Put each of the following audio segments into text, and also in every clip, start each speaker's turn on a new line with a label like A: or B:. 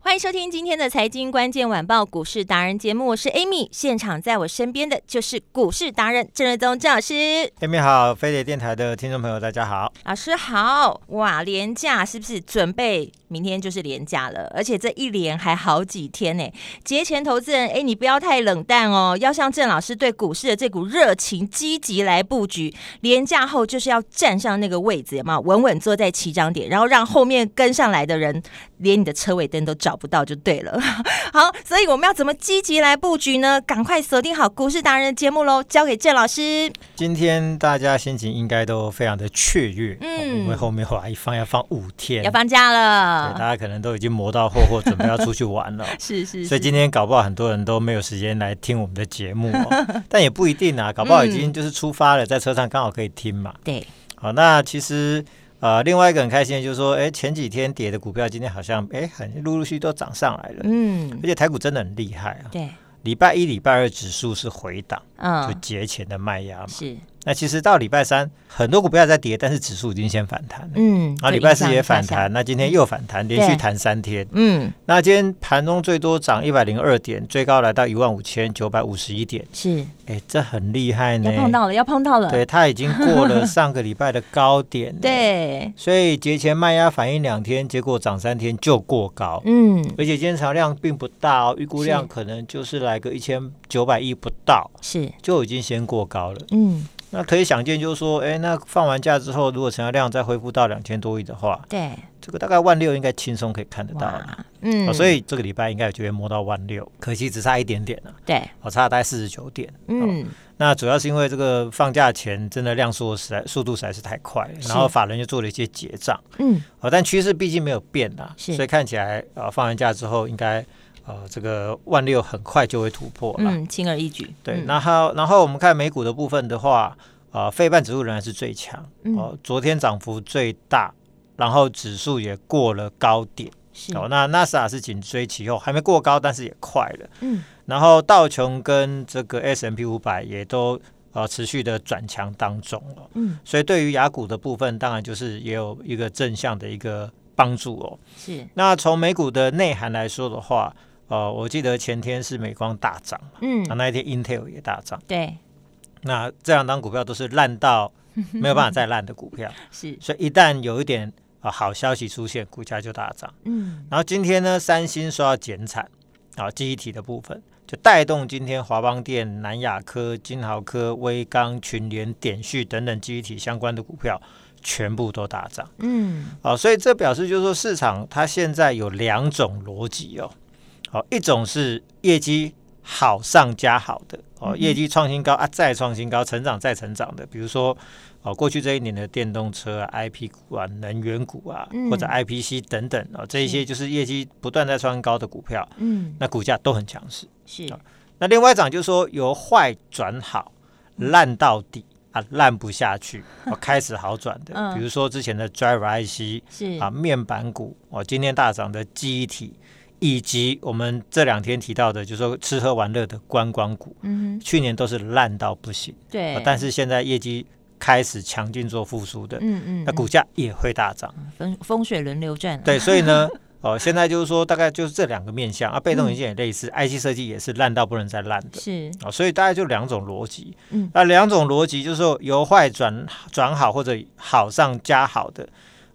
A: 欢迎收听今天的财经关键晚报股市达人节目，我是 Amy，现场在我身边的就是股市达人郑瑞宗郑老师。
B: a m 好，飞碟电台的听众朋友，大家好。
A: 老师好，哇，廉假是不是准备明天就是廉假了？而且这一连还好几天呢。节前投资人，哎，你不要太冷淡哦，要像郑老师对股市的这股热情，积极来布局。廉假后就是要站上那个位置，有没有？稳稳坐在起涨点，然后让后面跟上来的人连你的车尾灯都找不到就对了。 好，所以我们要怎么积极来布局呢？赶快锁定好股市达人的节目喽，交给郑老师。
B: 今天大家心情应该都非常的雀跃，
A: 嗯
B: 嗯，因为后面哇一放要放五天，
A: 要放假
B: 哎对，大
A: 了，
B: 家可能都已经磨到霍霍，准备要出去玩了。
A: 是是
B: 所以今天搞不好很多人都没有时间来听我们的节目、 哦，但也不一定啊，搞不好已经就是出发了，在车上刚好可以听嘛。
A: 对，
B: 好，那其实呃，另外一个很开心的就是说，哎，前几天跌的股票今天好像哎很陆陆续续都涨上来了，
A: 嗯
B: 而，且台股真的很厉害啊。
A: 对，
B: 礼拜一、礼拜二指数是回档，就
A: 嗯，
B: 节前的卖压嘛。
A: 是，
B: 那其实到礼拜三，很多股票在跌，但是指数已经先反弹了。
A: 嗯，
B: 然后礼拜四也反弹，，那今天又反弹，连
A: 对
B: 续弹三天。
A: 嗯，
B: 那今天盘中最多涨一百零二点，最高来到一万五千九百五十一点，
A: 是
B: 哎，这很厉害
A: 要碰
B: 呢。
A: 到了，要碰到了，
B: 对，它已经过了上个礼拜的高点 了。，
A: 对，
B: 所以节前卖压反应两天，结果涨三天就过高，
A: 嗯，
B: 而且今天成交量并不大哦，预估
A: 是
B: 量可能就是来个一千九百亿不到，
A: 是，
B: 就已经先过高了。
A: 嗯，
B: 那可以想见，就是说，哎，那放完假之后，如果成交量再恢复到两千多亿的话，
A: 对，
B: 这个大概万六应该轻松可以看得到了、
A: 哇，嗯
B: 哦所以这个礼拜应该有机会摸到万六，可惜只差一点点了、
A: 对，
B: 哦，差了大概四十九点。哦，
A: 嗯，
B: 那主要是因为这个放假前真的量缩实在速度实在是太快了，
A: 是
B: 然后法人就做了一些结账。
A: 嗯，
B: 哦，但趋势毕竟没有变啦，
A: 是
B: 所以看起来呃放完假之后应该。呃，这个万六很快就会突破了。
A: 嗯，轻而易举，
B: 对，
A: 嗯
B: 然后然后我们看美股的部分的话，呃，费半指数仍然是最强，
A: 嗯
B: 哦，昨天涨幅最大，然后指数也过了高点，
A: 是，
B: 哦，那纳斯达是紧追其后，还没过高，但是也快了，
A: 嗯，
B: 然后道琼跟这个 S M P 五百也都。呃，持续的转强当中哦，
A: 嗯，
B: 所以对于雅股的部分，当然就是也有一个正向的一个帮助哦。
A: 是，
B: 那从美股的内涵来说的话，呃，我记得前天是美光大涨嘛，
A: 嗯
B: 啊，，那一天 Intel 也大涨。
A: 对，
B: 那这两档股票都是烂到没有办法再烂的股票，
A: 是，
B: 所以一旦有一点啊好消息出现，股价就大涨。
A: 嗯，
B: 然后今天呢，三星说要减产，啊，记忆体的部分就带动今天华邦电、南亚科、金豪科、威刚、群联、点旭等等记忆体相关的股票全部都大涨。
A: 嗯，
B: 啊，所以这表示就是说市场它现在有两种逻辑哦，好、一种是业绩好上加好的哦，业绩创新高啊，再创新高，成长再成长的，比如说哦，过去这一年的电动车啊、IP 股啊、能源股啊，或者 IPC 等等哦，这一些就是业绩不断在创新高的股票，
A: 嗯，
B: 那股价都很强势。
A: 是，
B: 那另外一种就是说由坏转好，烂到底。啊，烂不 下去，哦，开始好转的，
A: 嗯
B: 比如说之前的 Driver IC，
A: 是
B: 啊，，面板股哦，今天大涨的记忆体，以及我们这两天提到的，就是说吃喝玩乐的观光股，
A: 嗯哼，
B: 去年都是烂到不行，
A: 对
B: 哦，但是现在业绩开始强劲做复苏的，
A: 嗯嗯，
B: 那股价也会大涨。
A: 嗯风风水轮流转，，
B: 对，所以呢。哦，现在就是说，大概就是这两个面向啊，被动元件也类似、i c 设计也是烂到不能再烂的
A: 嗯是，
B: 哦，所以大概就两种逻辑。
A: 嗯
B: 那两种逻辑就是说由坏转转好或者好上加好的，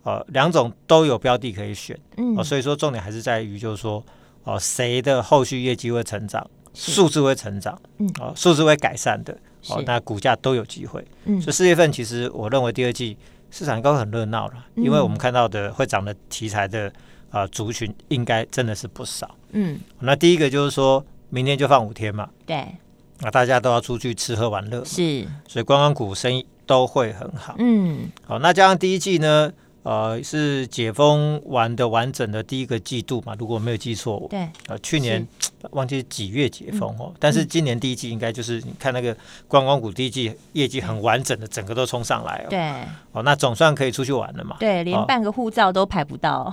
B: 呃，两种都有标的可以选。
A: 嗯
B: 哦，，所以说重点还是在于就是说，哦，谁的后续业绩会成长，数字会成长，
A: 嗯
B: 哦，数字会改善的，哦
A: 是，
B: 那股价都有机会。
A: 嗯
B: 所以四月份其
A: 嗯
B: 实我认为第二季市场应该会很热闹了，因为我们看到的会涨的题材的。啊、族群应该真的是不少。
A: 嗯，
B: 那第一个就是说明天就放五天嘛，
A: 对，
B: 那大家都要出去吃喝玩乐，
A: 是，
B: 所以观光股生意都会很好。
A: 嗯，
B: 好，那加上第一季呢，呃，是解封完的完整的第一个季度嘛，如果没有记错，
A: 对，嗯
B: 呃，去年忘记几月解封哦，但是今年第一季应该就是你看那个观光股第一季业绩很完整的，整个都冲上来哦，
A: 对，
B: 哦，那总算可以出去玩了嘛。
A: 对，连办个护照都排不到。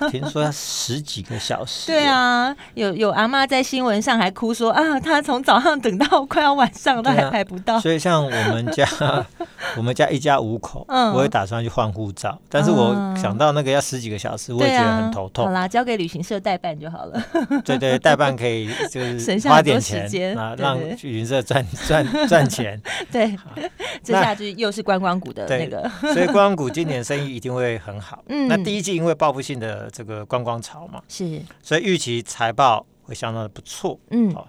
B: 哇听说要十几个小时，
A: 对，啊，有有阿妈在新闻上还哭说啊，她从早上等到快要晚上都
B: 对
A: 还
B: 啊
A: 排不到。
B: 所以像我们家， 我们家一家五口，
A: 嗯
B: 我也打算去换护照，但是我
A: 嗯
B: 想到那个要十几个小时，我
A: 对
B: 也觉得
A: 啊，
B: 很头痛
A: 好。啦，交给旅行社代办就好了。
B: 对对， 代办可以就
A: 省
B: 是
A: 下很多
B: 花点
A: 时
B: 钱
A: 间
B: 啊，
A: 对
B: 让
A: 对
B: 旅行社赚 赚赚钱。
A: 对，这
B: 那
A: 下就又是观光股的 那
B: 对
A: 个。
B: 所以观光股今年生意一定会很好。
A: 嗯
B: 那第一季因为报复性的这个观光潮嘛，
A: 是，
B: 所以预期财报会相当的不错。
A: 嗯
B: 好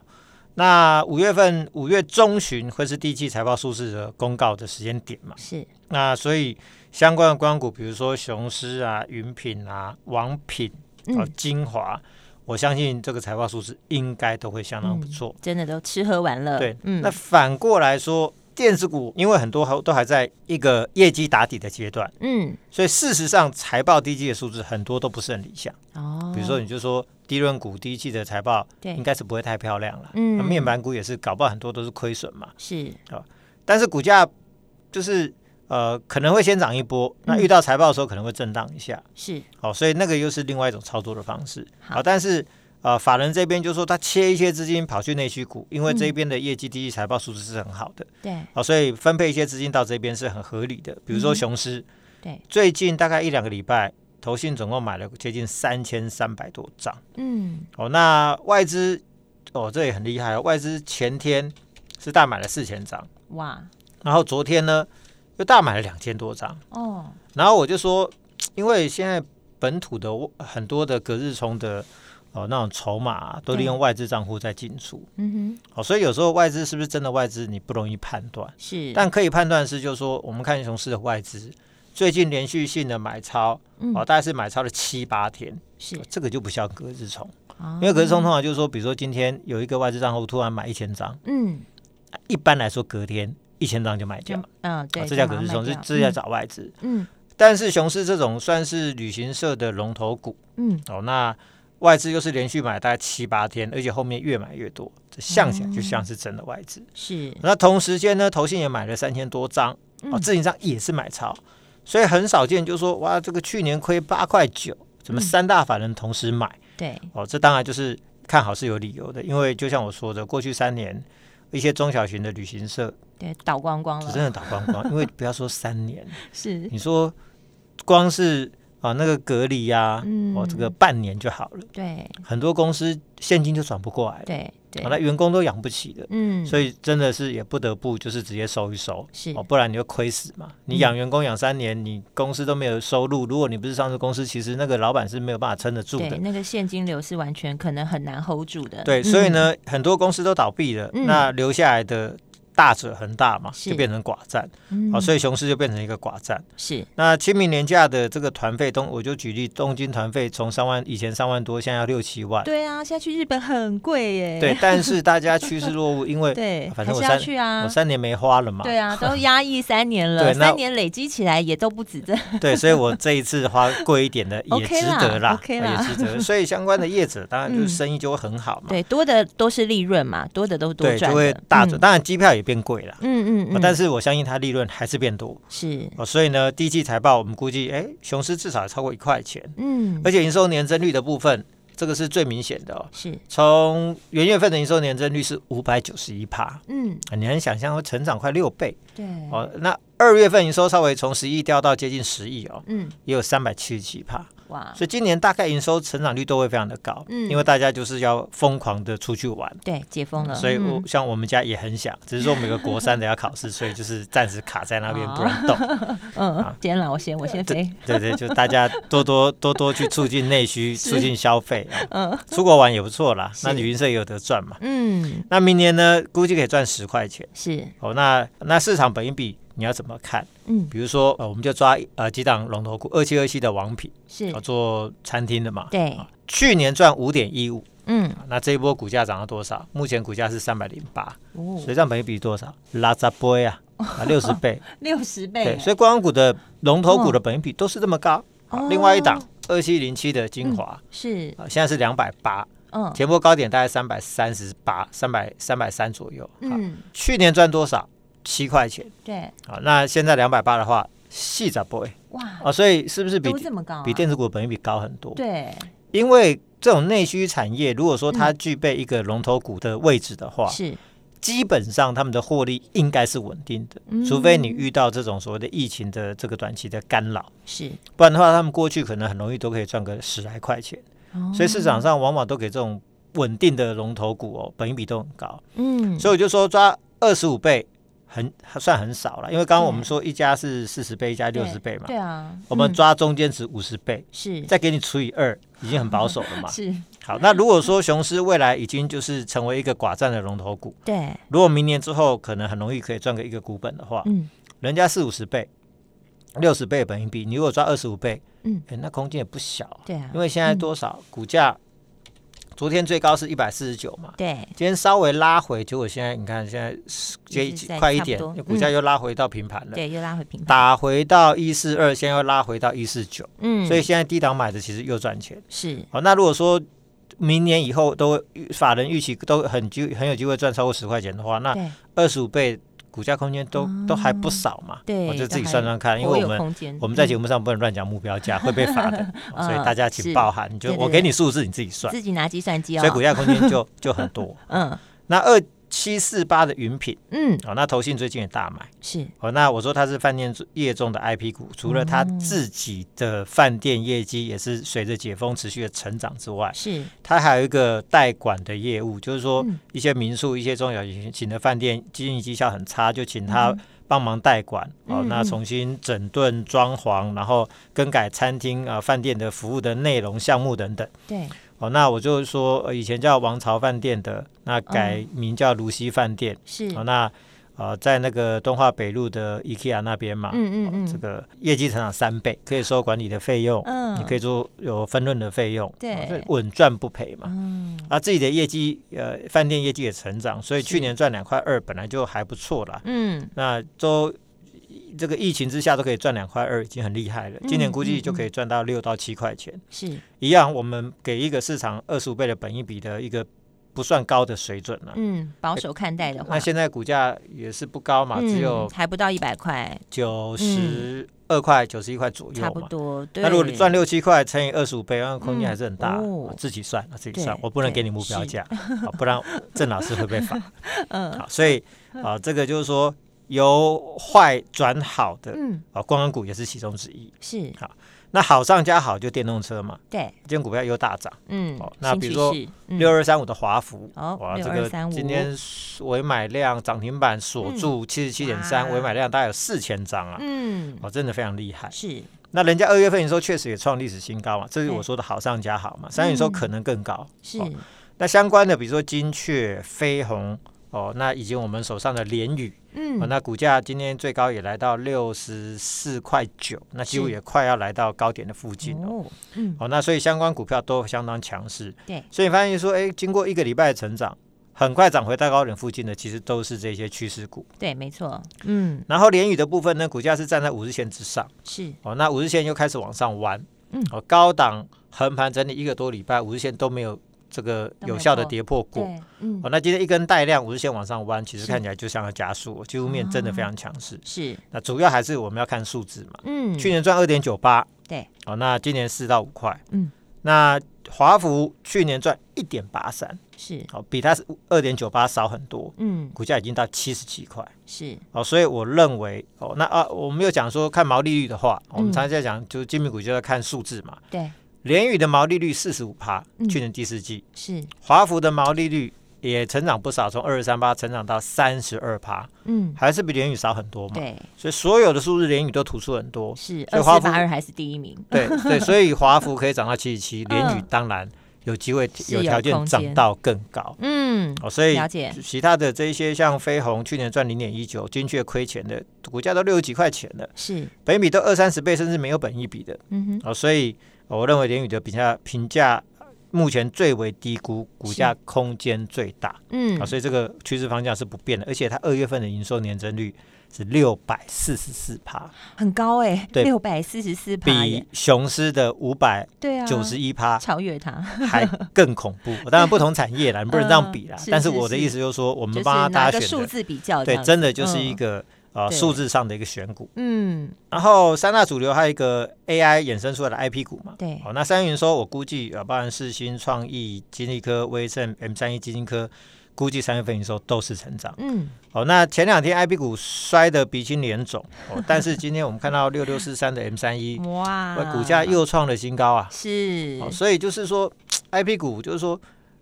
B: 那五月份五月中旬会是第一季财报数字的公告的时间点嘛？
A: 是，
B: 那所以相关的观光股，比如说雄狮啊、云品啊、王品啊、
A: 嗯，
B: 精华，我相信这个财报数字应该都会相当不错。
A: 真的都吃喝玩乐。
B: 对，
A: 嗯
B: 那，反过来说，电子股因为很多还都还在一个业绩打底的阶段，
A: 嗯，
B: 所以事实上财报第一季的数字很多都不是很理想。
A: 哦，
B: 比如说，你就说低润股第一季的财报
A: 对
B: 应该是不会太漂亮了，
A: 嗯
B: 那面板股也是搞不好很多都是亏损嘛，
A: 是，
B: 但是股价就是呃可能会先涨一波，那
A: 嗯
B: 遇到财报的时候可能会震荡一下，
A: 是，
B: 好、所以那个又是另外一种操作的方式。
A: 好
B: 好，但是呃，法人这边就说他切一些资金跑去内需股，因为
A: 嗯
B: 这边的业绩第一季财报数字是很好的，
A: 对，
B: 好、哦所以分配一些资金到这边是很合理的。比如说雄狮，
A: 对，
B: 最近大概一两个礼拜，投信总共买了接近三千三百多张。
A: 嗯，
B: 哦，那外资哦，这也很厉害哦，外资前天是大买了四千张，
A: 哇，
B: 然后昨天呢又大买了两千多张。
A: 哦，
B: 然后我就说，因为现在本土的很多的隔日冲的哦那种筹码、啊、都利用外资账户在进出，
A: 嗯哼，
B: 哦，所以有时候外资是不是真的外资，你不容易判断，
A: 是，
B: 但可以判断是，就是说我们看熊市的外资最近连续性的买超，
A: 嗯
B: 哦，大概是买超了七八天，哦
A: 是，哦
B: 这个就不像隔日冲，
A: 因
B: 因为隔日冲通常就是说，比如说今天有一个外资账户突然买一千张，
A: 嗯，
B: 一般来说隔天一千张就卖
A: 就
B: 掉，
A: 嗯，对，
B: 哦
A: 就
B: 这叫隔
A: 马
B: 日
A: 上
B: 冲，
A: 卖
B: 是
A: 掉
B: 这叫找外资。
A: 嗯
B: 但是雄狮这种算是旅行社的龙头股
A: 嗯，
B: 哦，那外资又是连续买大概七八天，而且后面越买越多，
A: 哦
B: 这像起来就像是真的外资。
A: 是，
B: 那同时间呢，投信也买了三千多张，哦，
A: 嗯
B: 自营商也是买超，所以很少见，就是说哇，这个去年亏八块九，怎
A: 嗯
B: 么三大法人同时买？
A: 对，
B: 哦，这当然就是看好是有理由的，因为就像我说的，过去三年。一些中小型的旅行社
A: 对，倒光光
B: 真
A: 了，
B: 的打光光，因 为不要说三年，
A: 是，
B: 你说光是啊那个隔离呀、
A: 嗯
B: 哦这个半年就好了，
A: 对，
B: 很多公司现金就转不过来了，啊
A: 对，对，
B: 好那员工都养不起的。
A: 嗯，
B: 所
A: 以
B: 以真的是也不得不就是直接收一收，
A: 是嗯
B: 哦，不然你就亏死嘛。你养员工养三年，你公司都没有收入，如果你不是上市公司，其实那个老板是没有办法撑得住的
A: 对。那个现金流是完全可能很难 hold 住的，
B: 对，
A: 嗯
B: 所以，呢，很多公司都倒闭了，
A: 嗯
B: 那留下来的大者恒大嘛，
A: 是
B: 就变成寡占，
A: 嗯
B: 哦，所以雄狮就变成一个寡占。
A: 是，
B: 那清明年假的这个团费东，我就举例，东京团费从三万以前三万多，现在要六七万。
A: 对啊，现在去日本很贵耶，
B: 对，但是大家趋势落伍，因为
A: 对，
B: 反
A: 还
B: 正
A: 是
B: 我
A: 要
B: 三
A: 去啊
B: 我。三年没花了嘛，
A: 对 啊，都压抑三年了，
B: 对那
A: 三年累积起来也都不止这。
B: 对，所以我这一次花贵一点的也
A: OK
B: 值
A: 啦
B: 得啦，哎
A: OK 啦
B: 也值得。所以相关的业者当然
A: 嗯
B: 就是生意就会很好嘛，
A: 对，多的都是利润嘛，多的都是多
B: 对，
A: 赚
B: 就
A: 的，
B: 会大
A: 嗯
B: 赚。当然机票也变贵了。
A: 嗯嗯
B: 哦
A: 嗯，
B: 但
A: 是
B: 是我相信它利润还是变多
A: 是
B: 哦，所以呢，第一季财报我们估计，哎，雄狮至少超过一块钱，
A: 嗯
B: 而且营收年增率的部分，这个是最明显的哦，
A: 是
B: 从元月份的营收年增率是五百九十一帕，
A: 嗯
B: 你能想象会成长快六倍
A: 对
B: 哦。那二月份营收稍微从十亿掉到接近十亿哦，
A: 嗯
B: 也有三百七十七帕，
A: 哇
B: 所以今年大概营收成长率都会非常的高，
A: 嗯
B: 因为大家就是要疯狂的出去玩。
A: 对解封了，
B: 所以我
A: 嗯
B: 像我们家也很想，只是说每个国三的要考试，所以就是暂时卡在那边
A: 哦
B: 不能动。
A: 嗯，今天老我先我先飞，
B: 对对，就大家多多多多去促进内 需，
A: 是
B: 促进消费啊。出国玩也不错啦，那旅行社也有得赚嘛。
A: 嗯
B: 那明年呢，估计可以赚十块钱。
A: 是
B: 哦，那那市场本益比，你要怎么看？
A: 嗯，
B: 比如说，呃，我们就抓呃几档龙头股，二七二七的王品，
A: 是
B: 啊，做餐厅的嘛，
A: 对
B: 啊去年赚五点一五，
A: 嗯，
B: 啊那这一波股价涨到多少？目前股价是三百零八，
A: 哦，
B: 所以占本益比多少？拉扎波呀， 啊，六十倍，
A: 六十倍
B: 对，，所以观光股的龙头股的本益比都是这么高。
A: 嗯哦嗯
B: 啊另外一档二七零七的精华，
A: 是，
B: 啊，现在是两百八，
A: 嗯
B: 前波高点大概三百三十八、三百三百三左右，啊，
A: 嗯，
B: 去年赚多少？七块钱，
A: 对，
B: 啊，那现在两百八的话，细咋不会
A: 哇，
B: 啊？所以是不是比
A: 都这么高啊，
B: 比电子股本益比高很多？，
A: 对
B: 因为这种内需产业，如果说它具备一个龙头股的位置的话，
A: 是，
B: 基本上他们的获利应该是稳定的，
A: 嗯
B: 除非你遇到这种所谓的疫情的这个短期的干扰，
A: 是，
B: 不然的话，他们过去可能很容易都可以赚个十来块钱。
A: 哦
B: 所以市场上往往都给这种稳定的龙头股哦，本益比都很高。
A: 嗯，
B: 所以我就说抓二十五倍很算很少了，因为刚刚我们说一家是四十倍，一家
A: 对
B: 六十倍嘛
A: 对。啊，
B: 我们
A: 嗯
B: 抓中间值五十倍，
A: 是。
B: 再给你除以二，已经很保守了嘛
A: 是，
B: 好，那如果说雄狮未来已经就是成为一个寡占的龙头股，
A: 对，
B: 如果明年之后可能很容易可以赚个一个股本的话，
A: 嗯，
B: 人家四五十倍、六十倍本益比，你如果抓二十五倍，
A: 嗯
B: 诶，那空间也不小啊、
A: 对啊
B: 因为现在多少、股价，昨天最高是一百四十九嘛，
A: 对，
B: 今天稍微拉回，结果现在你看现在是接
A: 一直
B: 近
A: 在
B: 快一
A: 差不
B: 点
A: 多，嗯
B: 股价又拉回到平盘了。
A: 对，又拉回平盘，
B: 打回到一四二，现在又拉回到一四九，
A: 嗯，
B: 所以现在低档买的其实又赚钱。
A: 是，
B: 好，那如果说明年以后都法人预期都很机很有机会赚超过十块钱的话，那
A: 对
B: 二十五倍股价空间都、都还不少嘛。
A: 啊对
B: 我就自己
A: 都还
B: 算算看，因
A: 颇
B: 为
A: 有
B: 我们
A: 空间
B: 我们在
A: 嗯
B: 节目上不能乱讲目标价，会被罚的，哦 所以
A: 嗯
B: 大家请
A: 是
B: 包涵，就
A: 对对
B: 我
A: 对
B: 给你数字，你自己算，
A: 自己拿计算机哦，
B: 所以股价空间就就很 多。
A: 嗯
B: 那二七四八的云品，
A: 嗯
B: 哦，那投信最近也大买。
A: 是，
B: 哦，那我说它是饭店业中的 IP 股，除了它
A: 哦
B: 自己的饭店业绩也是随着解封持续的成长之外，
A: 是
B: 它还有一个代管的业务，就是说
A: 嗯
B: 一些民宿、一些中小型型的饭店经营绩效很差，就请他帮忙代管。哦
A: 嗯，
B: 那
A: 嗯
B: 重新整顿装潢，然后更改餐厅啊、饭店的服务的内容、项目等等。
A: 对，
B: 哦，那我就说，呃以前叫王朝饭店的，那
A: 哦
B: 改名叫卢溪饭店。
A: 是，
B: 哦，那呃，在那个东华北路的 IKEA 那边嘛，
A: 嗯嗯嗯，
B: 这个业绩成长三倍，可以收管理的费用，
A: 嗯
B: 你可以做有分润的费用，
A: 对
B: 哦所以稳赚不赔嘛。
A: 哎嗯
B: 啊，自己的业绩，呃，饭店业绩也成长，所以去年赚两块二，本来就还不错啦。
A: 嗯
B: 那都这个疫情之下都可以赚两块二，已经很厉害了。今年
A: 嗯
B: 估计就可以赚到六到七块钱。
A: 是，
B: 一样，我们给一个市场二十五倍的本益比的一个不算高的水准了、
A: 嗯保守看待的话，
B: 那现在股价也是不高嘛，只有
A: 嗯还不到一百块，
B: 九十二块、九十一块左右
A: 差不
B: 嘛。
A: 多，对，
B: 那如果你赚六七块乘以二十五倍，那空间还是很大。
A: 嗯哦
B: 自己算，自己
A: 对
B: 算，我不能
A: 对
B: 给你目标
A: 是
B: 价， 好，不然郑老师会被罚。
A: 嗯
B: 好，所以啊、这个就是说由坏转好的
A: 嗯
B: 啊，光安股也是其中之一。
A: 是，
B: 那好上加好就电动车嘛，
A: 对，
B: 今天股票又大涨。
A: 嗯
B: 好，那
A: 新
B: 比如
A: 趋
B: 说
A: 势
B: 六，二三五的华孚，
A: 嗯好
B: 这个
A: 6235
B: 今天尾买量涨停板锁住七十七点三，
A: 嗯哇
B: 尾买量大概有四千张啊，
A: 嗯嗯
B: 哦，真的非常厉害。
A: 是，
B: 那人家二月份营收确实也创历史新高嘛，这是
A: 对嗯
B: 我说的好上加好嘛，三月营收可能更高。
A: 是
B: 哦那相关的比如说金雀、飞鸿。哦，那以及我们手上的联宇、哦，
A: 嗯
B: 那股价今天最高也来到六十四块九，那几乎
A: 是
B: 也快要来到高点的附近哦。
A: 哦嗯
B: 哦，那所以相关股票都相当强势。
A: 对，
B: 所以你发现说，哎，经过一个礼拜的成长，很快涨回大高点附近的，其实都是这些趋势股。
A: 对没错，嗯
B: 然后联宇的部分呢，股价是站在五日线之上，
A: 是
B: 哦，那五日线又开始往上弯，
A: 嗯
B: 哦，高档横盘整理一个多礼拜，五日线都没有这个
A: 都没有
B: 有效的
A: 破
B: 跌破过。
A: 对嗯
B: 哦，那今天一根带量五日线往上弯，其实
A: 是啊
B: 看起来就像要加速，技术面真的非常强势。
A: 是
B: 那主要还是我们要看数字嘛，
A: 嗯
B: 去年赚二点九八，
A: 对，
B: 哦，那今年四到五块，
A: 嗯，
B: 那华孚去年赚一点八三，
A: 是
B: 哦，比它二点九八少很多，
A: 嗯
B: 股价已经到七十几块，
A: 是
B: 哦，所以我认为，哦，那啊，我们又讲说看毛利率的话，哦我
A: 嗯
B: 们常常在讲，就是精密股就要看数字嘛，
A: 对
B: 联宇的毛利率四十五趴，
A: 嗯
B: 去年第四季，
A: 是
B: 华孚的毛利率。也成长不少，从二十三趴成长到三十二趴，
A: 嗯
B: 还是比联宇少很多嘛。
A: 对
B: 所以所有的数字联宇都突出很多。
A: 是
B: 啊所
A: 二
B: 以华
A: 四
B: 孚
A: 八二还是第一名，
B: 对对，所以华孚可以涨到七十七，联宇
A: 嗯
B: 当然有机会
A: 是
B: 有
A: 有
B: 条件
A: 空
B: 涨
A: 间
B: 到更高。
A: 嗯，
B: 哦，所以
A: 了解
B: 其他的这一些像飞鸿去年赚零点一九，金雀亏钱的，股价都六十几块钱了，
A: 是，
B: 本益比都二三十倍，甚至没有本益比的。
A: 嗯哼，
B: 哦，所以呃我认为联宇的评价评价目前最为低估，股价空间最大啊、
A: 嗯，
B: 所以这个趋势方向是不变的，而且它二月份的营收年增率是六百四十四趴，
A: 很高哎、
B: 对
A: 六百四十四趴耶
B: 比，雄狮的五百
A: 对啊，
B: 九十 一趴
A: 超越它，
B: 还更恐怖。当然不同产业啦，你不能这样比啦。
A: 嗯 是
B: 但是
A: 是
B: 我的
A: 是
B: 意思就是说，
A: 就
B: 我们
A: 是
B: 帮
A: 拿
B: 大
A: 个
B: 家选
A: 数
B: 的，
A: 字比较，
B: 对，真的就是一
A: 嗯
B: 个。呃，
A: 对
B: 数字上的一个选股，
A: 嗯，
B: 然后三大主流还有一个 AI 衍生出来的 IP 股嘛，哦
A: 对
B: 好、那三元说，我估计啊，包含世新、创意、金利科、威盛、M 三一基金科，估计三月份营收都是成长。
A: 嗯，
B: 好、那前两天 IP 股摔得鼻青脸肿，哦，但是今天我们看到六六四三的 M 三一，
A: 嗯哇，
B: 股价又创了新高啊。
A: 是
B: 好、，所以就是说，IP 股就是说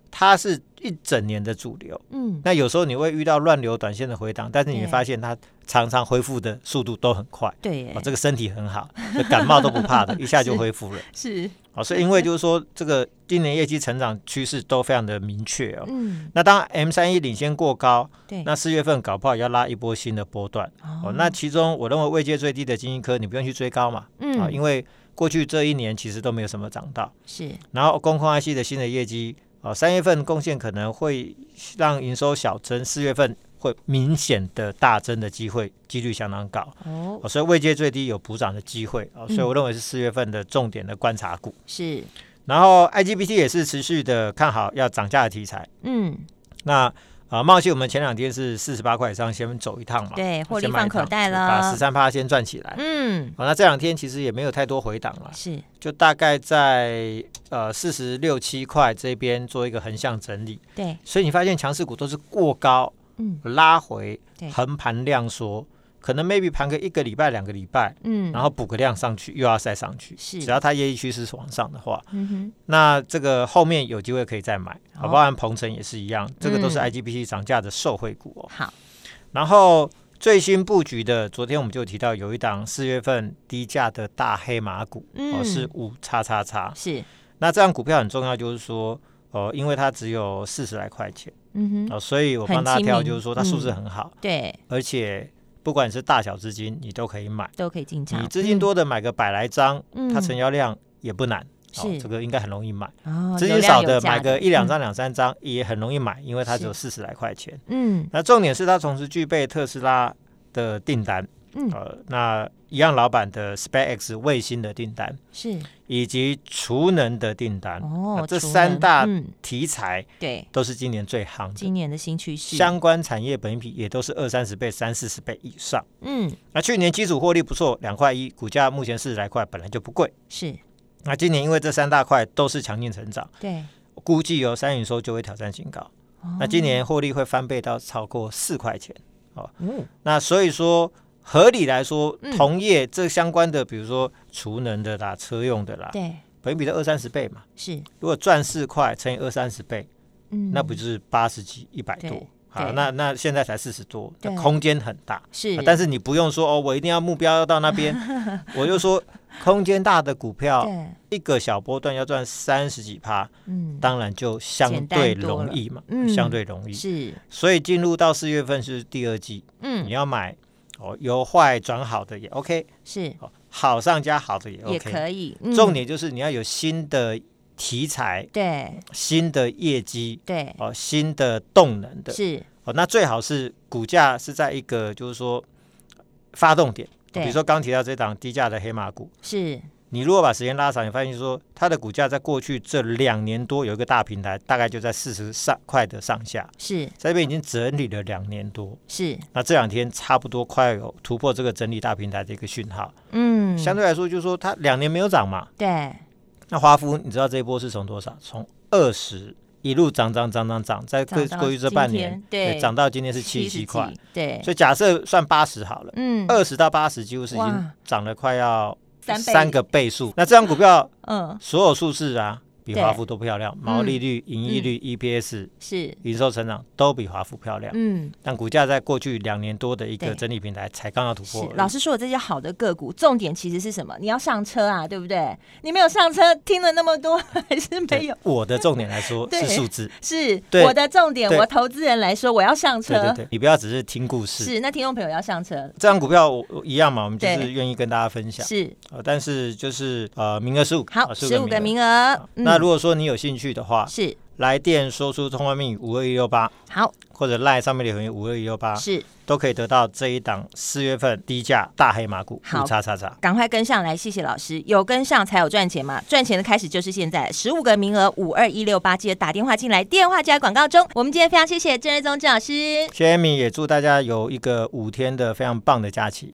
B: 它是一整年的主流。
A: 嗯，
B: 那有时候你会遇到乱流、短线的回档，但是你会
A: 对
B: 发现它常常恢复的速度都很快。
A: 对耶
B: 哦，，这个身体很好， 这感冒都不 怕的，一下就是恢复了。
A: 是，
B: 哦，所以因为就是说，这个今年业绩成长趋势都非常的明确哦。
A: 嗯，
B: 那当然，M 三一领先过高，
A: 对，
B: 那四月份搞不好要拉一波新的波段哦。那其中我认为位阶最低的精英科，你不用去追高嘛，啊，
A: 嗯，
B: 因为过去这一年其实都没有什么涨到。
A: 是，
B: 然后工控 IC 的新的业绩，哦，三月份贡献可能会让营收小增，四月份会明显的大增的机会几率相当高。
A: 哦，
B: 哦，所以位阶最低有补涨的机会哦，
A: 嗯
B: 所以我认为是四月份的重点的观察股。
A: 是，
B: 然后 IGBT 也是持续的看好要涨价的题材。
A: 嗯，
B: 那啊、呃茂系我们前两天是四十八块以上，先走一趟嘛，
A: 对，获利放口袋
B: 把
A: 了
B: 十，三趴先赚起来。哦
A: 嗯，
B: 好、那这两天其实也没有太多回档了，
A: 是，
B: 就大概在呃四十六七块这边做一个横向整理。
A: 对，
B: 所以你发现强势股都是过高
A: 嗯，
B: 拉回
A: 对，
B: 横盘量缩，可能 maybe 盘个一个礼拜、两个礼拜，
A: 嗯，
B: 然后补个量上去，又要再上去。
A: 是
B: 只要它业绩趋势是往上的话，
A: 嗯哼，
B: 那这个后面有机会可以再买，好，
A: 哦
B: 包含鹏程也是一样，这个都是
A: 嗯
B: IGBT 涨价的受惠股哦。
A: 好，
B: 然后最新布局的，昨天我们就提到有一档四月份低价的大黑马股，哦
A: 嗯
B: 是五叉叉叉。
A: 是，
B: 那这样股票很重要，就是说，哦，因为它只有四十来块钱，
A: 嗯哼，
B: 哦，所以我帮
A: 很
B: 大家
A: 亲
B: 挑，
A: 民
B: 就是说它数字
A: 嗯
B: 很好，
A: 对，
B: 而且不管是大小资金，你都可以买。
A: 都可以进场，
B: 你资金多的买个百来张，
A: 嗯，
B: 它成交量也不难，哦
A: 是
B: 这个应该很容易买。
A: 哦，
B: 资
A: 有量
B: 金少
A: 有
B: 的
A: 价
B: 买个一两
A: 嗯
B: 张、两三张也很容易买，因为它只有四十来块钱。
A: 嗯，
B: 那重点是它同时具备特斯拉的订单，
A: 嗯
B: 呃，那一样老板的 SpaceX 卫星的订单，
A: 是，
B: 以及储能的订单，
A: 哦
B: 啊，这
A: 储
B: 三
A: 能
B: 大
A: 嗯，
B: 题材
A: 对，
B: 都是今年最夯的。
A: 今年的新趋势，
B: 相关产业本益比也都是二三十倍、三四十倍以上。
A: 嗯，
B: 那去年基础获利不错，两块一，股价目前四十来块，本来就不贵。
A: 是，
B: 那今年因为这三大块都是强劲成长，
A: 对，
B: 估计有三营收就会挑战新高。那今年获利会翻倍到超过四块钱。
A: 嗯，
B: 那所以说，合理来说
A: 嗯，
B: 同业这相关的，比如说储能的啦、车用的啦，
A: 对，
B: 本益比的二三十倍嘛。
A: 是，
B: 如果赚四块乘以二三十倍，
A: 嗯，
B: 那不就是八十几、一百多
A: 对？
B: 好，
A: 对
B: 那那现在才四十多，那
A: 对
B: 空间很大。
A: 是
B: 啊，但是你不用说哦，我一定要目标要到 那边，我就说空间大的股票，
A: 对，
B: 一个小波段要赚三十几趴，
A: 嗯，
B: 当然就相
A: 简
B: 对
A: 单多
B: 容
A: 了
B: 易嘛，
A: 嗯
B: 相对容易。
A: 是，
B: 所以进入到四月份是第二季，你
A: 嗯，
B: 要买哦，由坏转好的也 OK，
A: 是，
B: 哦，好上加好的也
A: 也
B: OK。
A: 可以，嗯
B: 重点就是你要有新的题材、
A: 对
B: 新的业绩
A: 对
B: 哦、新的动能的
A: 是，
B: 哦，那最好是股价是在一个就是说发动点，比
A: 对
B: 如说刚提到这档低价的黑马股，
A: 是，
B: 你如果把时间拉长，你发现说它的股价在过去这两年多有一个大平台，大概就在四十上块的上下，
A: 是，
B: 在这边已经整理了两年多，
A: 是，
B: 那这两天差不多快有突破这个整理大平台的一个讯号，
A: 嗯，
B: 相对来说就是说它两年没有涨嘛，
A: 对，
B: 那华孚你知道这一波是从多少？从二十。一路涨涨涨涨涨，在过
A: 涨到
B: 过去这半
A: 今天
B: 年，
A: 对
B: 涨到今天是七十
A: 70
B: 七块，
A: 几，对，
B: 所以假设算八十好了，
A: 嗯，
B: 二十到八十几乎是已经
A: 哇
B: 涨了快要
A: 三倍
B: 三个倍数。那这张股票
A: 嗯，
B: 所有数字啊，比
A: 对嗯
B: 华孚都漂亮，毛利率、盈利率、EPS、
A: 是，
B: 营收成长都比华孚漂亮。
A: 嗯，
B: 但股价在过去两年多的一
A: 对
B: 个整理平台才刚要突
A: 是
B: 破而已。
A: 老师说的这些好的个股，重点其实是什么？你要上车啊，对不对？你没有上车，听了那么多 还是
B: 对
A: 没有。
B: 我的重点来说
A: 对
B: 是数字。
A: 是
B: 对
A: 我的重点，
B: 对
A: 我投资人来说，我要上车。
B: 对对对，你不要只是听故事。
A: 是，那听众朋友要上车，
B: 这张股票我我一样嘛，我们就
A: 对
B: 是愿意跟大家分享。
A: 是
B: 呃，但是就是呃，名额十五，
A: 好，
B: 呃
A: 十五个
B: 额。
A: 名额
B: 啊。
A: 嗯
B: 那如果说你有兴趣的话，
A: 是
B: 来电说出通话密语五二一六八，
A: 好
B: 或者赖上面留言五二一六八，
A: 是，
B: 都可以得到这一档四月份低价大黑马股
A: 好
B: 五叉叉叉。
A: 赶快跟上来，谢谢老师。有跟上才有赚钱嘛，赚钱的开始就是现在，十五个名额五二一六八，记得打电话进来，电话就在广告中。我们今天非常谢谢郑瑞宗郑老师。
B: 谢谢 Amy，也祝大家有一个五天的非常棒的假期。